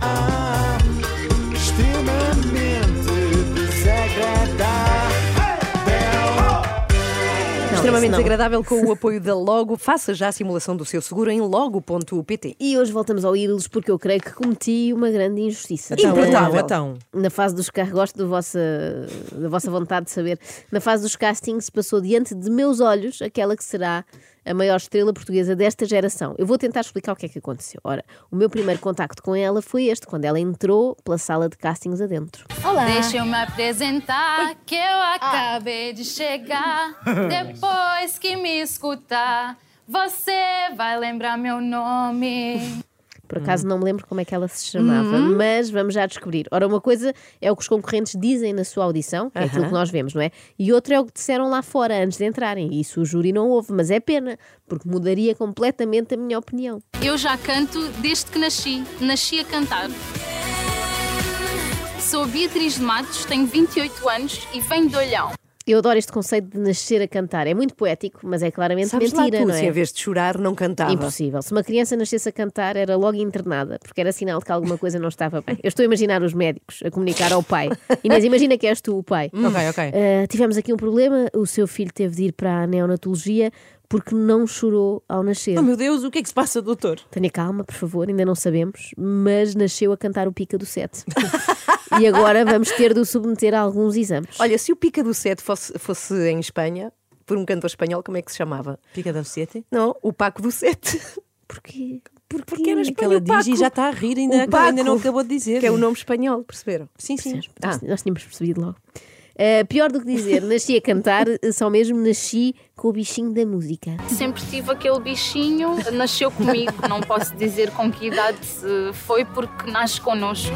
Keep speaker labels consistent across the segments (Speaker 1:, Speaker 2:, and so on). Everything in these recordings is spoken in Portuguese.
Speaker 1: Ah, extremamente desagradável.
Speaker 2: Extremamente
Speaker 3: não.
Speaker 2: agradável com o apoio da Logo. Faça já a simulação do seu seguro em logo.pt.
Speaker 3: E hoje voltamos ao ídolos porque eu creio que cometi uma grande injustiça.
Speaker 4: Então,
Speaker 3: Na-
Speaker 4: então, então.
Speaker 3: Na fase dos carros, gosto do vossa, da vossa vontade de saber. Na fase dos castings, passou diante de meus olhos aquela que será a maior estrela portuguesa desta geração. Eu vou tentar explicar o que é que aconteceu. Ora, o meu primeiro contacto com ela foi este, quando ela entrou pela sala de castings adentro.
Speaker 5: Deixa eu me apresentar, que eu acabei de chegar. Depois que me escutar, você vai lembrar meu nome.
Speaker 3: Por
Speaker 2: Uhum.
Speaker 3: acaso não me lembro como é que ela se chamava, mas vamos já descobrir. Ora, uma coisa é o que os concorrentes dizem na sua audição, que é aquilo que nós vemos, não é? E outra é o que disseram lá fora antes de entrarem. E Isso o júri não ouve, mas é pena, porque mudaria completamente a minha opinião.
Speaker 5: Eu já canto desde que nasci. Nasci a cantar. Sou Beatriz de Matos, tenho 28 anos e venho de Olhão.
Speaker 3: Eu adoro este conceito de nascer a cantar. É muito poético, mas é claramente
Speaker 2: Sabes
Speaker 3: mentira,
Speaker 2: lá tu,
Speaker 3: não é?
Speaker 2: se em vez de chorar não cantava.
Speaker 3: Impossível. Se uma criança nascesse a cantar, era logo internada, porque era sinal de que alguma coisa não estava bem. Eu estou a imaginar os médicos a comunicar ao pai. Inês, imagina que és tu o pai.
Speaker 2: Uhum.
Speaker 4: Ok, ok.
Speaker 3: Uh, tivemos aqui um problema, o seu filho teve de ir para a neonatologia porque não chorou ao nascer.
Speaker 4: Oh meu Deus, o que é que se passa, doutor?
Speaker 3: Tenha calma, por favor, ainda não sabemos, mas nasceu a cantar o Pica do Sete. e agora vamos ter de o submeter a alguns exames.
Speaker 2: Olha, se o Pica do Sete fosse, fosse em Espanha, por um cantor espanhol, como é que se chamava?
Speaker 4: Pica da sete?
Speaker 2: Não, o Paco do Sete.
Speaker 3: porquê? Porquê?
Speaker 4: Porque era espanhol.
Speaker 2: Aquela
Speaker 4: Ela diz
Speaker 2: diz
Speaker 4: e já está a rir, ainda,
Speaker 2: O Paco,
Speaker 4: ainda não acabou de dizer.
Speaker 2: Que é o nome espanhol, perceberam?
Speaker 4: Sim, sim.
Speaker 3: Nós, nós tínhamos percebido logo. Uh, pior do que dizer, nasci a cantar, eh, só mesmo nasci com o bichinho da música.
Speaker 5: Sempre tive aquele bichinho, nasceu comigo. Não posso dizer com que idade eh, foi, porque nasce connosco.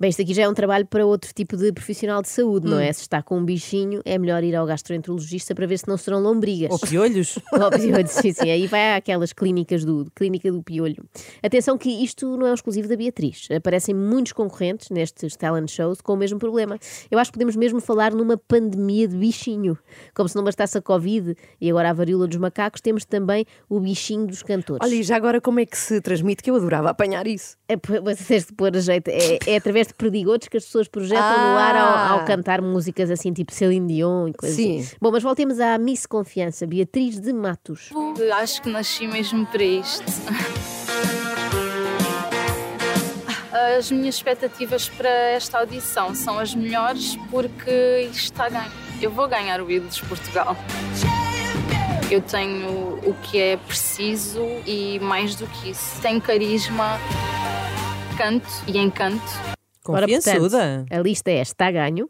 Speaker 3: Bem, isto aqui já é um trabalho para outro tipo de profissional de saúde,
Speaker 4: Hum.
Speaker 3: não é? Se está com um bichinho, é melhor ir ao gastroenterologista para ver se não serão lombrigas.
Speaker 4: Ou piolhos?
Speaker 3: Ó, piolho, sim, sim. Aí vai àquelas clínicas do clínica do piolho. Atenção que isto não é um exclusivo da Beatriz. Aparecem muitos concorrentes nestes talent shows com o mesmo problema. Eu acho que podemos mesmo falar numa pandemia de bichinho. Como se não bastasse a Covid e agora a varíola dos macacos, temos também o bichinho dos cantores.
Speaker 2: Olha, e já agora como é que se transmite? Que eu adorava apanhar isso.
Speaker 3: É, p- mas tens de pôr a jeito. É, é através de perdigotes que as pessoas projetam no ar ao, ao
Speaker 2: Ah.
Speaker 3: cantar músicas assim, tipo Celine Dion e coisas
Speaker 2: Sim.
Speaker 3: assim. Bom, mas voltemos à Miss Confiança, Beatriz de Matos.
Speaker 5: Acho que nasci mesmo para isto. As minhas expectativas para esta audição são as melhores porque isto está ganho. Eu vou ganhar o Ídolos Portugal. Eu tenho o que é preciso e mais do que isso. Tenho carisma, canto e encanto.
Speaker 3: Ora,
Speaker 4: Confiançuda?
Speaker 3: portanto, a lista é está ganho.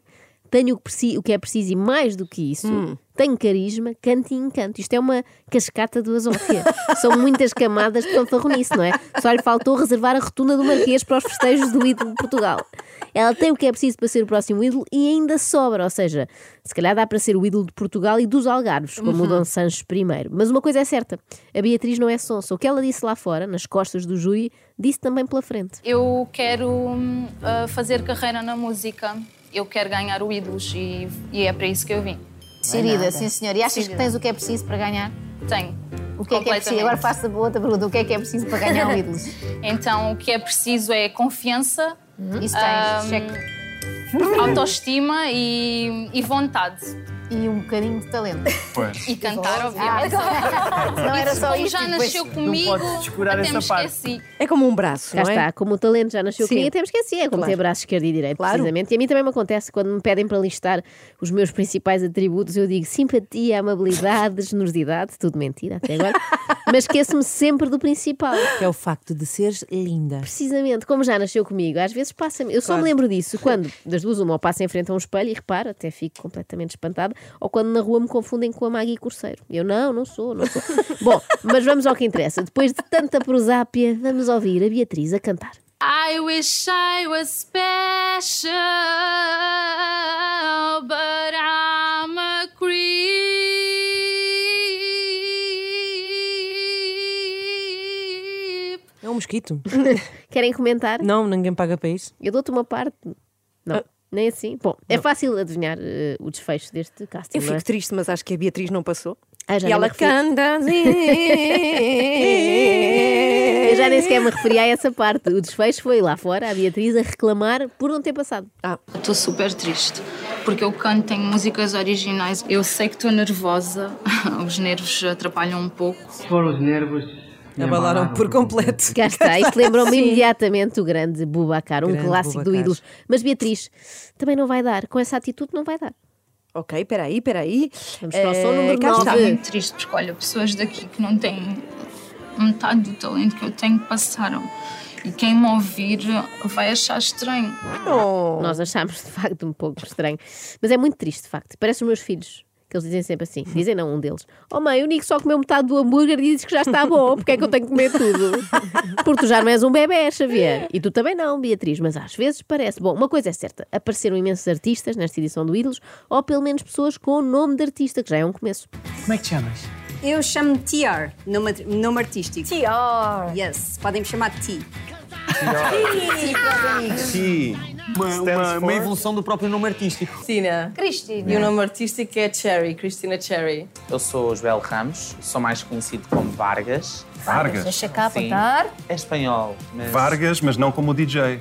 Speaker 3: Tenho o que, preci- o que é preciso e mais do que isso. Tenho carisma, canto e encanto. Isto é uma cascata do Azófia. São muitas camadas de fanfarronice, não é? Só lhe faltou reservar a retuna do Marquês para os festejos do ídolo de Portugal. Ela tem o que é preciso para ser o próximo ídolo e ainda sobra. Ou seja, se calhar dá para ser o ídolo de Portugal e dos Algarves, como o Dom Sanches primeiro. Mas uma coisa é certa, a Beatriz não é sonsa. O que ela disse lá fora, nas costas do júri, disse também pela frente.
Speaker 5: Eu quero hum, ah, fazer carreira na música. Eu quero ganhar o Ídolos e- e é para isso que eu vim.
Speaker 6: Decidida, sim senhor. E achas que tens o que é preciso para ganhar?
Speaker 5: Tenho.
Speaker 6: O que é que é preciso?
Speaker 5: Completamente.
Speaker 6: Agora faço a outra pergunta. O que é que é preciso para ganhar um ídolo?
Speaker 5: Então, o que é preciso é confiança,
Speaker 6: Isso
Speaker 5: Ah,
Speaker 6: tens, cheque.
Speaker 5: autoestima e, e vontade.
Speaker 6: E um bocadinho de talento. Ah,
Speaker 5: E
Speaker 7: Ah,
Speaker 5: cantar, obviamente.
Speaker 6: Não era
Speaker 7: é
Speaker 5: Isso,
Speaker 6: só
Speaker 5: como
Speaker 6: isso. tipo,
Speaker 5: já
Speaker 6: e depois-
Speaker 5: nasceu comigo,
Speaker 7: podes descurar
Speaker 5: até
Speaker 7: essa
Speaker 5: me
Speaker 7: parte.
Speaker 5: esqueci.
Speaker 2: É como um braço,
Speaker 3: Cá
Speaker 2: não é?
Speaker 3: está, como o talento já nasceu
Speaker 2: Sim.
Speaker 3: comigo, até me esqueci, é como
Speaker 2: Claro.
Speaker 3: ter braço esquerdo e direito,
Speaker 2: Claro.
Speaker 3: precisamente. E a mim também me acontece, quando me pedem para listar os meus principais atributos, eu digo simpatia, amabilidade, generosidade, tudo mentira até agora, mas esqueço-me sempre do principal.
Speaker 4: Que é o facto de seres linda.
Speaker 3: Precisamente, como já nasceu comigo, às vezes passa-me. Eu só me lembro disso quando, das duas, uma, ou passo em frente a um espelho e reparo, até fico completamente espantada, ou quando na rua me confundem com a Maggie Corseiro. Eu não, não sou, não sou. Bom, mas vamos ao que interessa. Depois de tanta prosápia, vamos ouvir a Beatriz a cantar.
Speaker 5: I wish I was special.
Speaker 4: É um mosquito?
Speaker 3: Querem comentar?
Speaker 4: Não, ninguém paga para isso.
Speaker 3: Eu dou-te uma parte. Não,
Speaker 2: Ah.
Speaker 3: nem assim. Bom, é fácil adivinhar eh, o desfecho deste casting.
Speaker 2: Eu
Speaker 3: não é?
Speaker 2: fico triste, mas acho que a Beatriz não passou.
Speaker 3: Ah, já
Speaker 2: e
Speaker 3: nem
Speaker 2: ela
Speaker 3: me referi-
Speaker 2: canta. assim.
Speaker 3: Eu já nem sequer me referi a essa parte. O desfecho foi lá fora, a Beatriz a reclamar por não ter passado.
Speaker 5: Estou super triste, porque eu canto em músicas originais. Eu sei que estou nervosa, os nervos atrapalham um pouco.
Speaker 7: Foram os nervos. me
Speaker 8: É
Speaker 4: Abalaram por completo.
Speaker 3: Cá está, isto lembrou-me imediatamente o grande Bubacar, um
Speaker 4: Grande
Speaker 3: clássico do
Speaker 4: Bubacar.
Speaker 3: ídolo. Mas Beatriz, também não vai dar, com essa atitude não vai dar.
Speaker 2: ok, peraí, peraí.
Speaker 3: Vamos para o som
Speaker 2: Eh,
Speaker 3: número
Speaker 2: cá está.
Speaker 5: Estou
Speaker 3: nove.
Speaker 5: Tá muito triste porque, olha, pessoas daqui que não têm metade do talento que eu tenho passaram. E quem me ouvir vai achar estranho.
Speaker 2: Oh.
Speaker 3: Nós achámos de facto um pouco estranho. Mas é muito triste, de facto. Parece os meus filhos, que eles dizem sempre assim. Dizem não, um deles. Oh mãe, o Nico só comeu metade do hambúrguer e dizes que já está bom. Porque é que eu tenho que comer tudo? Porque tu já não és um bebê, Xavier. E tu também não, Beatriz. Mas às vezes parece. Bom, uma coisa é certa. Apareceram imensos artistas nesta edição do Ídolos. Ou pelo menos pessoas com o nome de artista, que já é um começo.
Speaker 7: Como é que te chamas?
Speaker 9: Eu chamo-me TR, nome, nome artístico.
Speaker 6: Pior.
Speaker 9: Yes, podem me chamar T.
Speaker 10: Ti. Uma, uma, uma evolução do próprio nome artístico.
Speaker 6: é.
Speaker 11: Cristina.
Speaker 6: Cristina.
Speaker 11: E o nome artístico é Cherry, Cristina Cherry.
Speaker 7: Eu sou Joel Ramos, sou mais conhecido como Vargas.
Speaker 12: Vargas.
Speaker 6: Deixa cá
Speaker 7: Sim.
Speaker 6: apontar.
Speaker 7: É espanhol, mas.
Speaker 12: Vargas, mas não como DJ.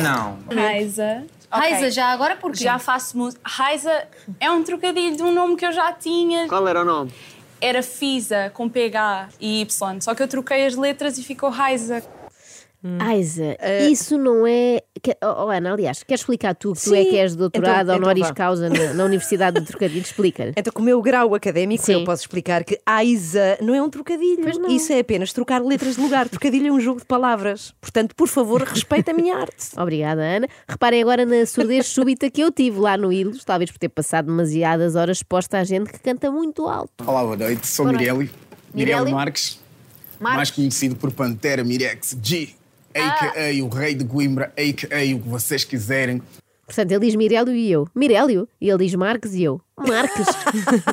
Speaker 7: Não.
Speaker 11: Raiza.
Speaker 6: Raiza, já agora porquê?
Speaker 11: Já faço música. Raiza é um trocadilho de um nome que eu já tinha.
Speaker 7: Qual era o nome?
Speaker 11: Era Fisa, com PH e Y. Só que eu troquei as letras e ficou Raiza.
Speaker 2: Hum.
Speaker 3: Aiza,
Speaker 2: Eh,
Speaker 3: isso não é. que- Oh, oh, Ana, aliás, queres explicar tu que tu é
Speaker 2: Sim,
Speaker 3: que és doutorada
Speaker 2: então-
Speaker 3: honoris
Speaker 2: então vá.
Speaker 3: causa na, na Universidade do Trocadilho? Explica.
Speaker 2: Então, com o meu grau académico,
Speaker 3: Sim.
Speaker 2: eu posso explicar que Aiza não é um trocadilho.
Speaker 3: Pois não.
Speaker 2: Isso é apenas trocar letras de lugar. Trocadilho é um jogo de palavras. Portanto, por favor, respeita a minha arte.
Speaker 3: Obrigada, Ana. Reparem agora na surdez súbita que eu tive lá no Ilhos, talvez por ter passado demasiadas horas exposta à gente que canta muito alto.
Speaker 1: Olá, boa noite. Sou Mirelli.
Speaker 6: Mirelli?
Speaker 1: Mirelli Marques, mais conhecido por Pantera Mirex G, a.k.a. o rei de Coimbra, a.k.a. o que vocês quiserem.
Speaker 3: Portanto, ele diz Mirélio e eu. Mirélio? E ele diz Marques e eu. Marques?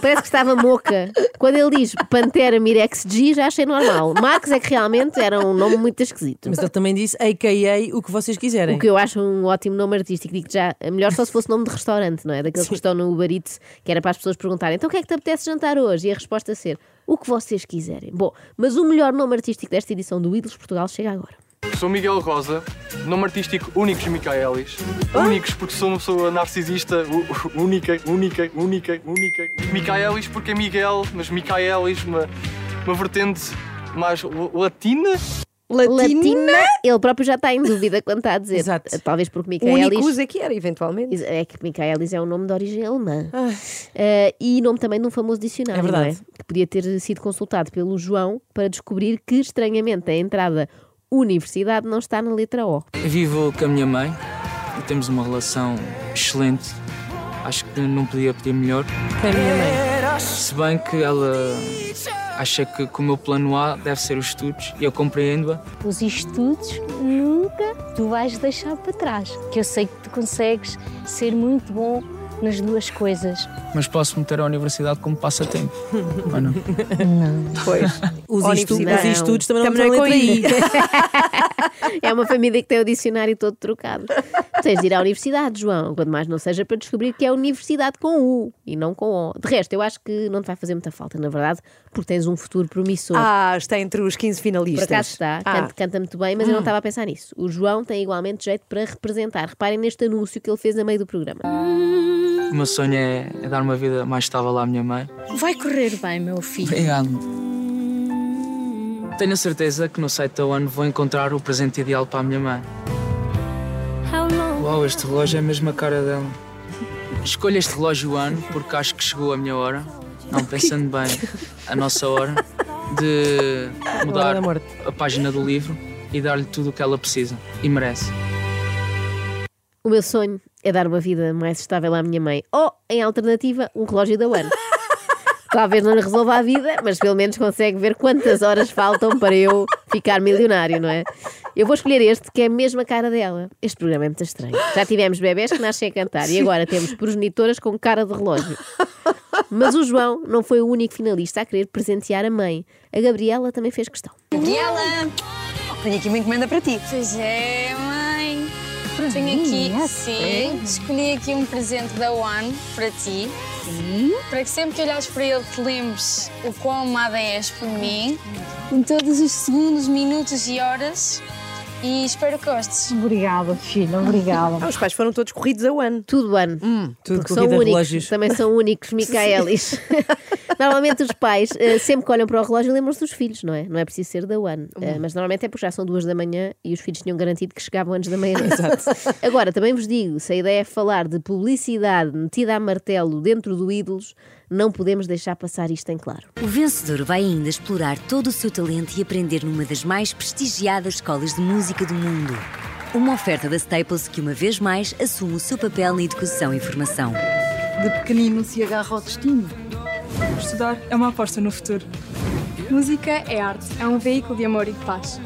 Speaker 3: Parece que estava moca. Quando ele diz Pantera Mirex G, já achei normal. Marques é que realmente era um nome muito esquisito.
Speaker 4: Mas ele também disse a.k.a. o que vocês quiserem.
Speaker 3: O que eu acho um ótimo nome artístico, digo já, é melhor só se fosse nome de restaurante, não é? Daqueles que estão no Uber Eats, que era para as pessoas perguntarem então o que é que te apetece jantar hoje? E a resposta ser o que vocês quiserem. Bom, mas o melhor nome artístico desta edição do Ídolos Portugal chega agora.
Speaker 12: Sou Miguel Rosa, nome artístico Únicos Micaelis. Únicos porque sou uma pessoa narcisista, u- u- única, única, única, única. Micaelis porque é Miguel, mas Micaelis, uma, uma vertente mais l- latina.
Speaker 3: Latina? Ele próprio já está em dúvida quanto está a dizer.
Speaker 4: Exato.
Speaker 3: Talvez porque
Speaker 2: O único
Speaker 3: Micaelis.
Speaker 2: uso é que era, eventualmente.
Speaker 3: É que Micaelis é um nome de origem alemã. Eh, e nome também de um famoso dicionário,
Speaker 4: É verdade.
Speaker 3: não que podia ter sido consultado pelo João para descobrir que, estranhamente, a entrada universidade não está na letra O.
Speaker 7: Vivo com a minha mãe e temos uma relação excelente. Acho que não podia pedir melhor.
Speaker 4: Para a minha mãe.
Speaker 7: Se bem que ela acha que, que o meu plano A deve ser os estudos e eu compreendo-a.
Speaker 6: Os estudos nunca tu vais deixar para trás. Que eu sei que tu consegues ser muito bom nas duas coisas.
Speaker 7: Mas posso meter a universidade como passatempo. ou não?
Speaker 2: Pois.
Speaker 4: Os, estu- os
Speaker 2: Universidade.
Speaker 4: estudos também não
Speaker 2: Também
Speaker 4: estão
Speaker 2: não é
Speaker 4: letra I.
Speaker 3: É uma família que tem o dicionário todo trocado. Tens de ir à universidade, João, quando mais não seja para descobrir que é universidade com U e não com O. De resto, eu acho que não te vai fazer muita falta, na verdade, porque tens um futuro promissor.
Speaker 2: Ah, está entre os 15
Speaker 3: Por
Speaker 2: finalistas.
Speaker 4: é
Speaker 3: acaso está,
Speaker 2: Ah.
Speaker 3: canta, canta muito bem, mas eu
Speaker 4: Hum.
Speaker 3: não estava a pensar nisso. O João tem igualmente jeito para representar. Reparem neste anúncio que ele fez a meio do programa.
Speaker 7: O meu sonho é, é dar uma vida mais estável à minha mãe.
Speaker 6: Vai correr bem, meu filho.
Speaker 7: Obrigado. Tenho a certeza que no site da ONU vou encontrar o presente ideal para a minha mãe. Uau, este relógio é a mesma cara dela. Escolho este relógio ano porque acho que chegou a minha hora. Não, pensando bem, a nossa hora de mudar
Speaker 4: da morte.
Speaker 7: a página do livro e dar-lhe tudo o que ela precisa e merece.
Speaker 3: O meu sonho é dar uma vida mais estável à minha mãe. Ou, em alternativa, um relógio da One. Talvez não lhe resolva a vida, mas pelo menos consegue ver quantas horas faltam para eu ficar milionário, não é? Eu vou escolher este, que é a mesma cara dela. Este programa é muito estranho. Já tivemos bebés que nascem a cantar e agora temos progenitoras com cara de relógio. Mas o João não foi o único finalista a querer presentear a mãe. A Gabriela também fez questão.
Speaker 9: Gabriela!
Speaker 13: Oh, Tenho aqui uma encomenda para ti.
Speaker 6: Pois é, mãe. Tenho aqui, sim, escolhi aqui um presente da One para ti. Para que sempre que olhares para ele te lembres o quão amada és por mim, em todos os segundos, minutos e horas. E espero que gostes.
Speaker 14: Obrigada, filha, obrigada.
Speaker 3: os pais foram todos corridos a ano. Tudo ano. Porque são
Speaker 2: corrida Hum, a
Speaker 3: únicos.
Speaker 2: relógios.
Speaker 3: Também são únicos, Micaelis. normalmente os pais, eh, sempre que olham para o relógio, lembram-se dos filhos, não é? Não é preciso ser da One. Eh, mas normalmente é porque já são duas da manhã e os filhos tinham garantido que chegavam antes da meia-noite. Agora, também vos digo, se a ideia é falar de publicidade metida a martelo dentro do ídolos, não podemos deixar passar isto em claro.
Speaker 8: O vencedor vai ainda explorar todo o seu talento e aprender numa das mais prestigiadas escolas de música do mundo. Uma oferta da Staples que, uma vez mais, assume o seu papel na educação e formação.
Speaker 15: De pequenino se agarra ao destino.
Speaker 5: Estudar é uma aposta no futuro. Música é arte, é um veículo de amor e de paz.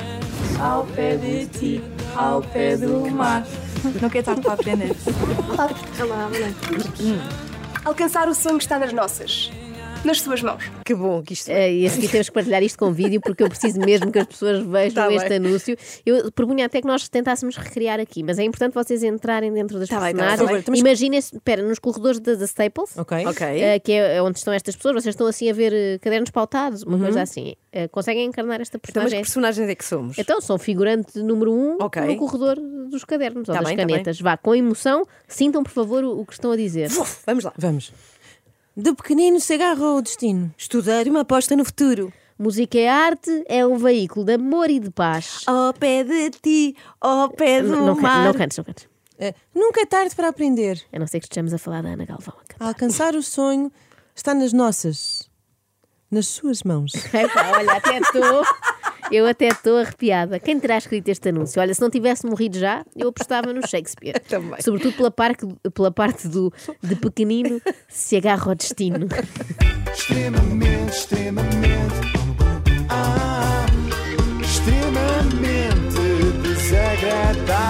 Speaker 16: Ao pé de ti, ao pé do mar.
Speaker 5: Não quer tarde para aprender.
Speaker 15: Olá, olá, Alcançar o sonho está nas nossas, nas suas mãos.
Speaker 3: Que bom que isto é. E a seguir temos que partilhar isto com vídeo, porque eu preciso mesmo que as pessoas vejam
Speaker 14: Tá
Speaker 3: este
Speaker 14: bem.
Speaker 3: anúncio. Eu propunha até que nós tentássemos recriar aqui, mas é importante vocês entrarem dentro das
Speaker 14: Tá bem, tá bem,
Speaker 3: personagens.
Speaker 14: tá bem. Temos que-
Speaker 3: Imaginem-se, espera, nos corredores da, da Staples,
Speaker 2: Ok. Ok.
Speaker 3: eh, que é onde estão estas pessoas, vocês estão assim a ver eh, cadernos pautados, uma
Speaker 2: Uhum.
Speaker 3: coisa assim. Eh, conseguem encarnar esta
Speaker 2: Então, mas
Speaker 3: personagem?
Speaker 2: que personagens é que somos?
Speaker 3: Então, são figurante número um
Speaker 2: Ok.
Speaker 3: no corredor dos cadernos ou
Speaker 2: Tá
Speaker 3: das
Speaker 2: bem, tá
Speaker 3: canetas. Vá, com emoção, sintam, por favor, o, o que estão a dizer.
Speaker 2: Vamos lá. Vamos. De pequenino se agarra ao destino. Estudar uma aposta no futuro.
Speaker 3: Música é arte, é um veículo de amor e de paz.
Speaker 2: Ao pé de ti, ao pé do
Speaker 3: Não, não, can-
Speaker 2: mar.
Speaker 3: não cantes, não cantes.
Speaker 2: Nunca é tarde para aprender.
Speaker 3: A não ser que estejamos a falar da Ana Galvão.
Speaker 2: Alcançar o sonho está nas nossas, nas suas mãos.
Speaker 3: Epá, olha, até estou. Eu até estou arrepiada. Quem terá escrito este anúncio? Olha, se não tivesse morrido já, eu apostava no Shakespeare. Também. Sobretudo pela, parque- pela parte do de pequenino se agarra ao destino.
Speaker 12: Extremamente, extremamente. Ah, extremamente desagradável.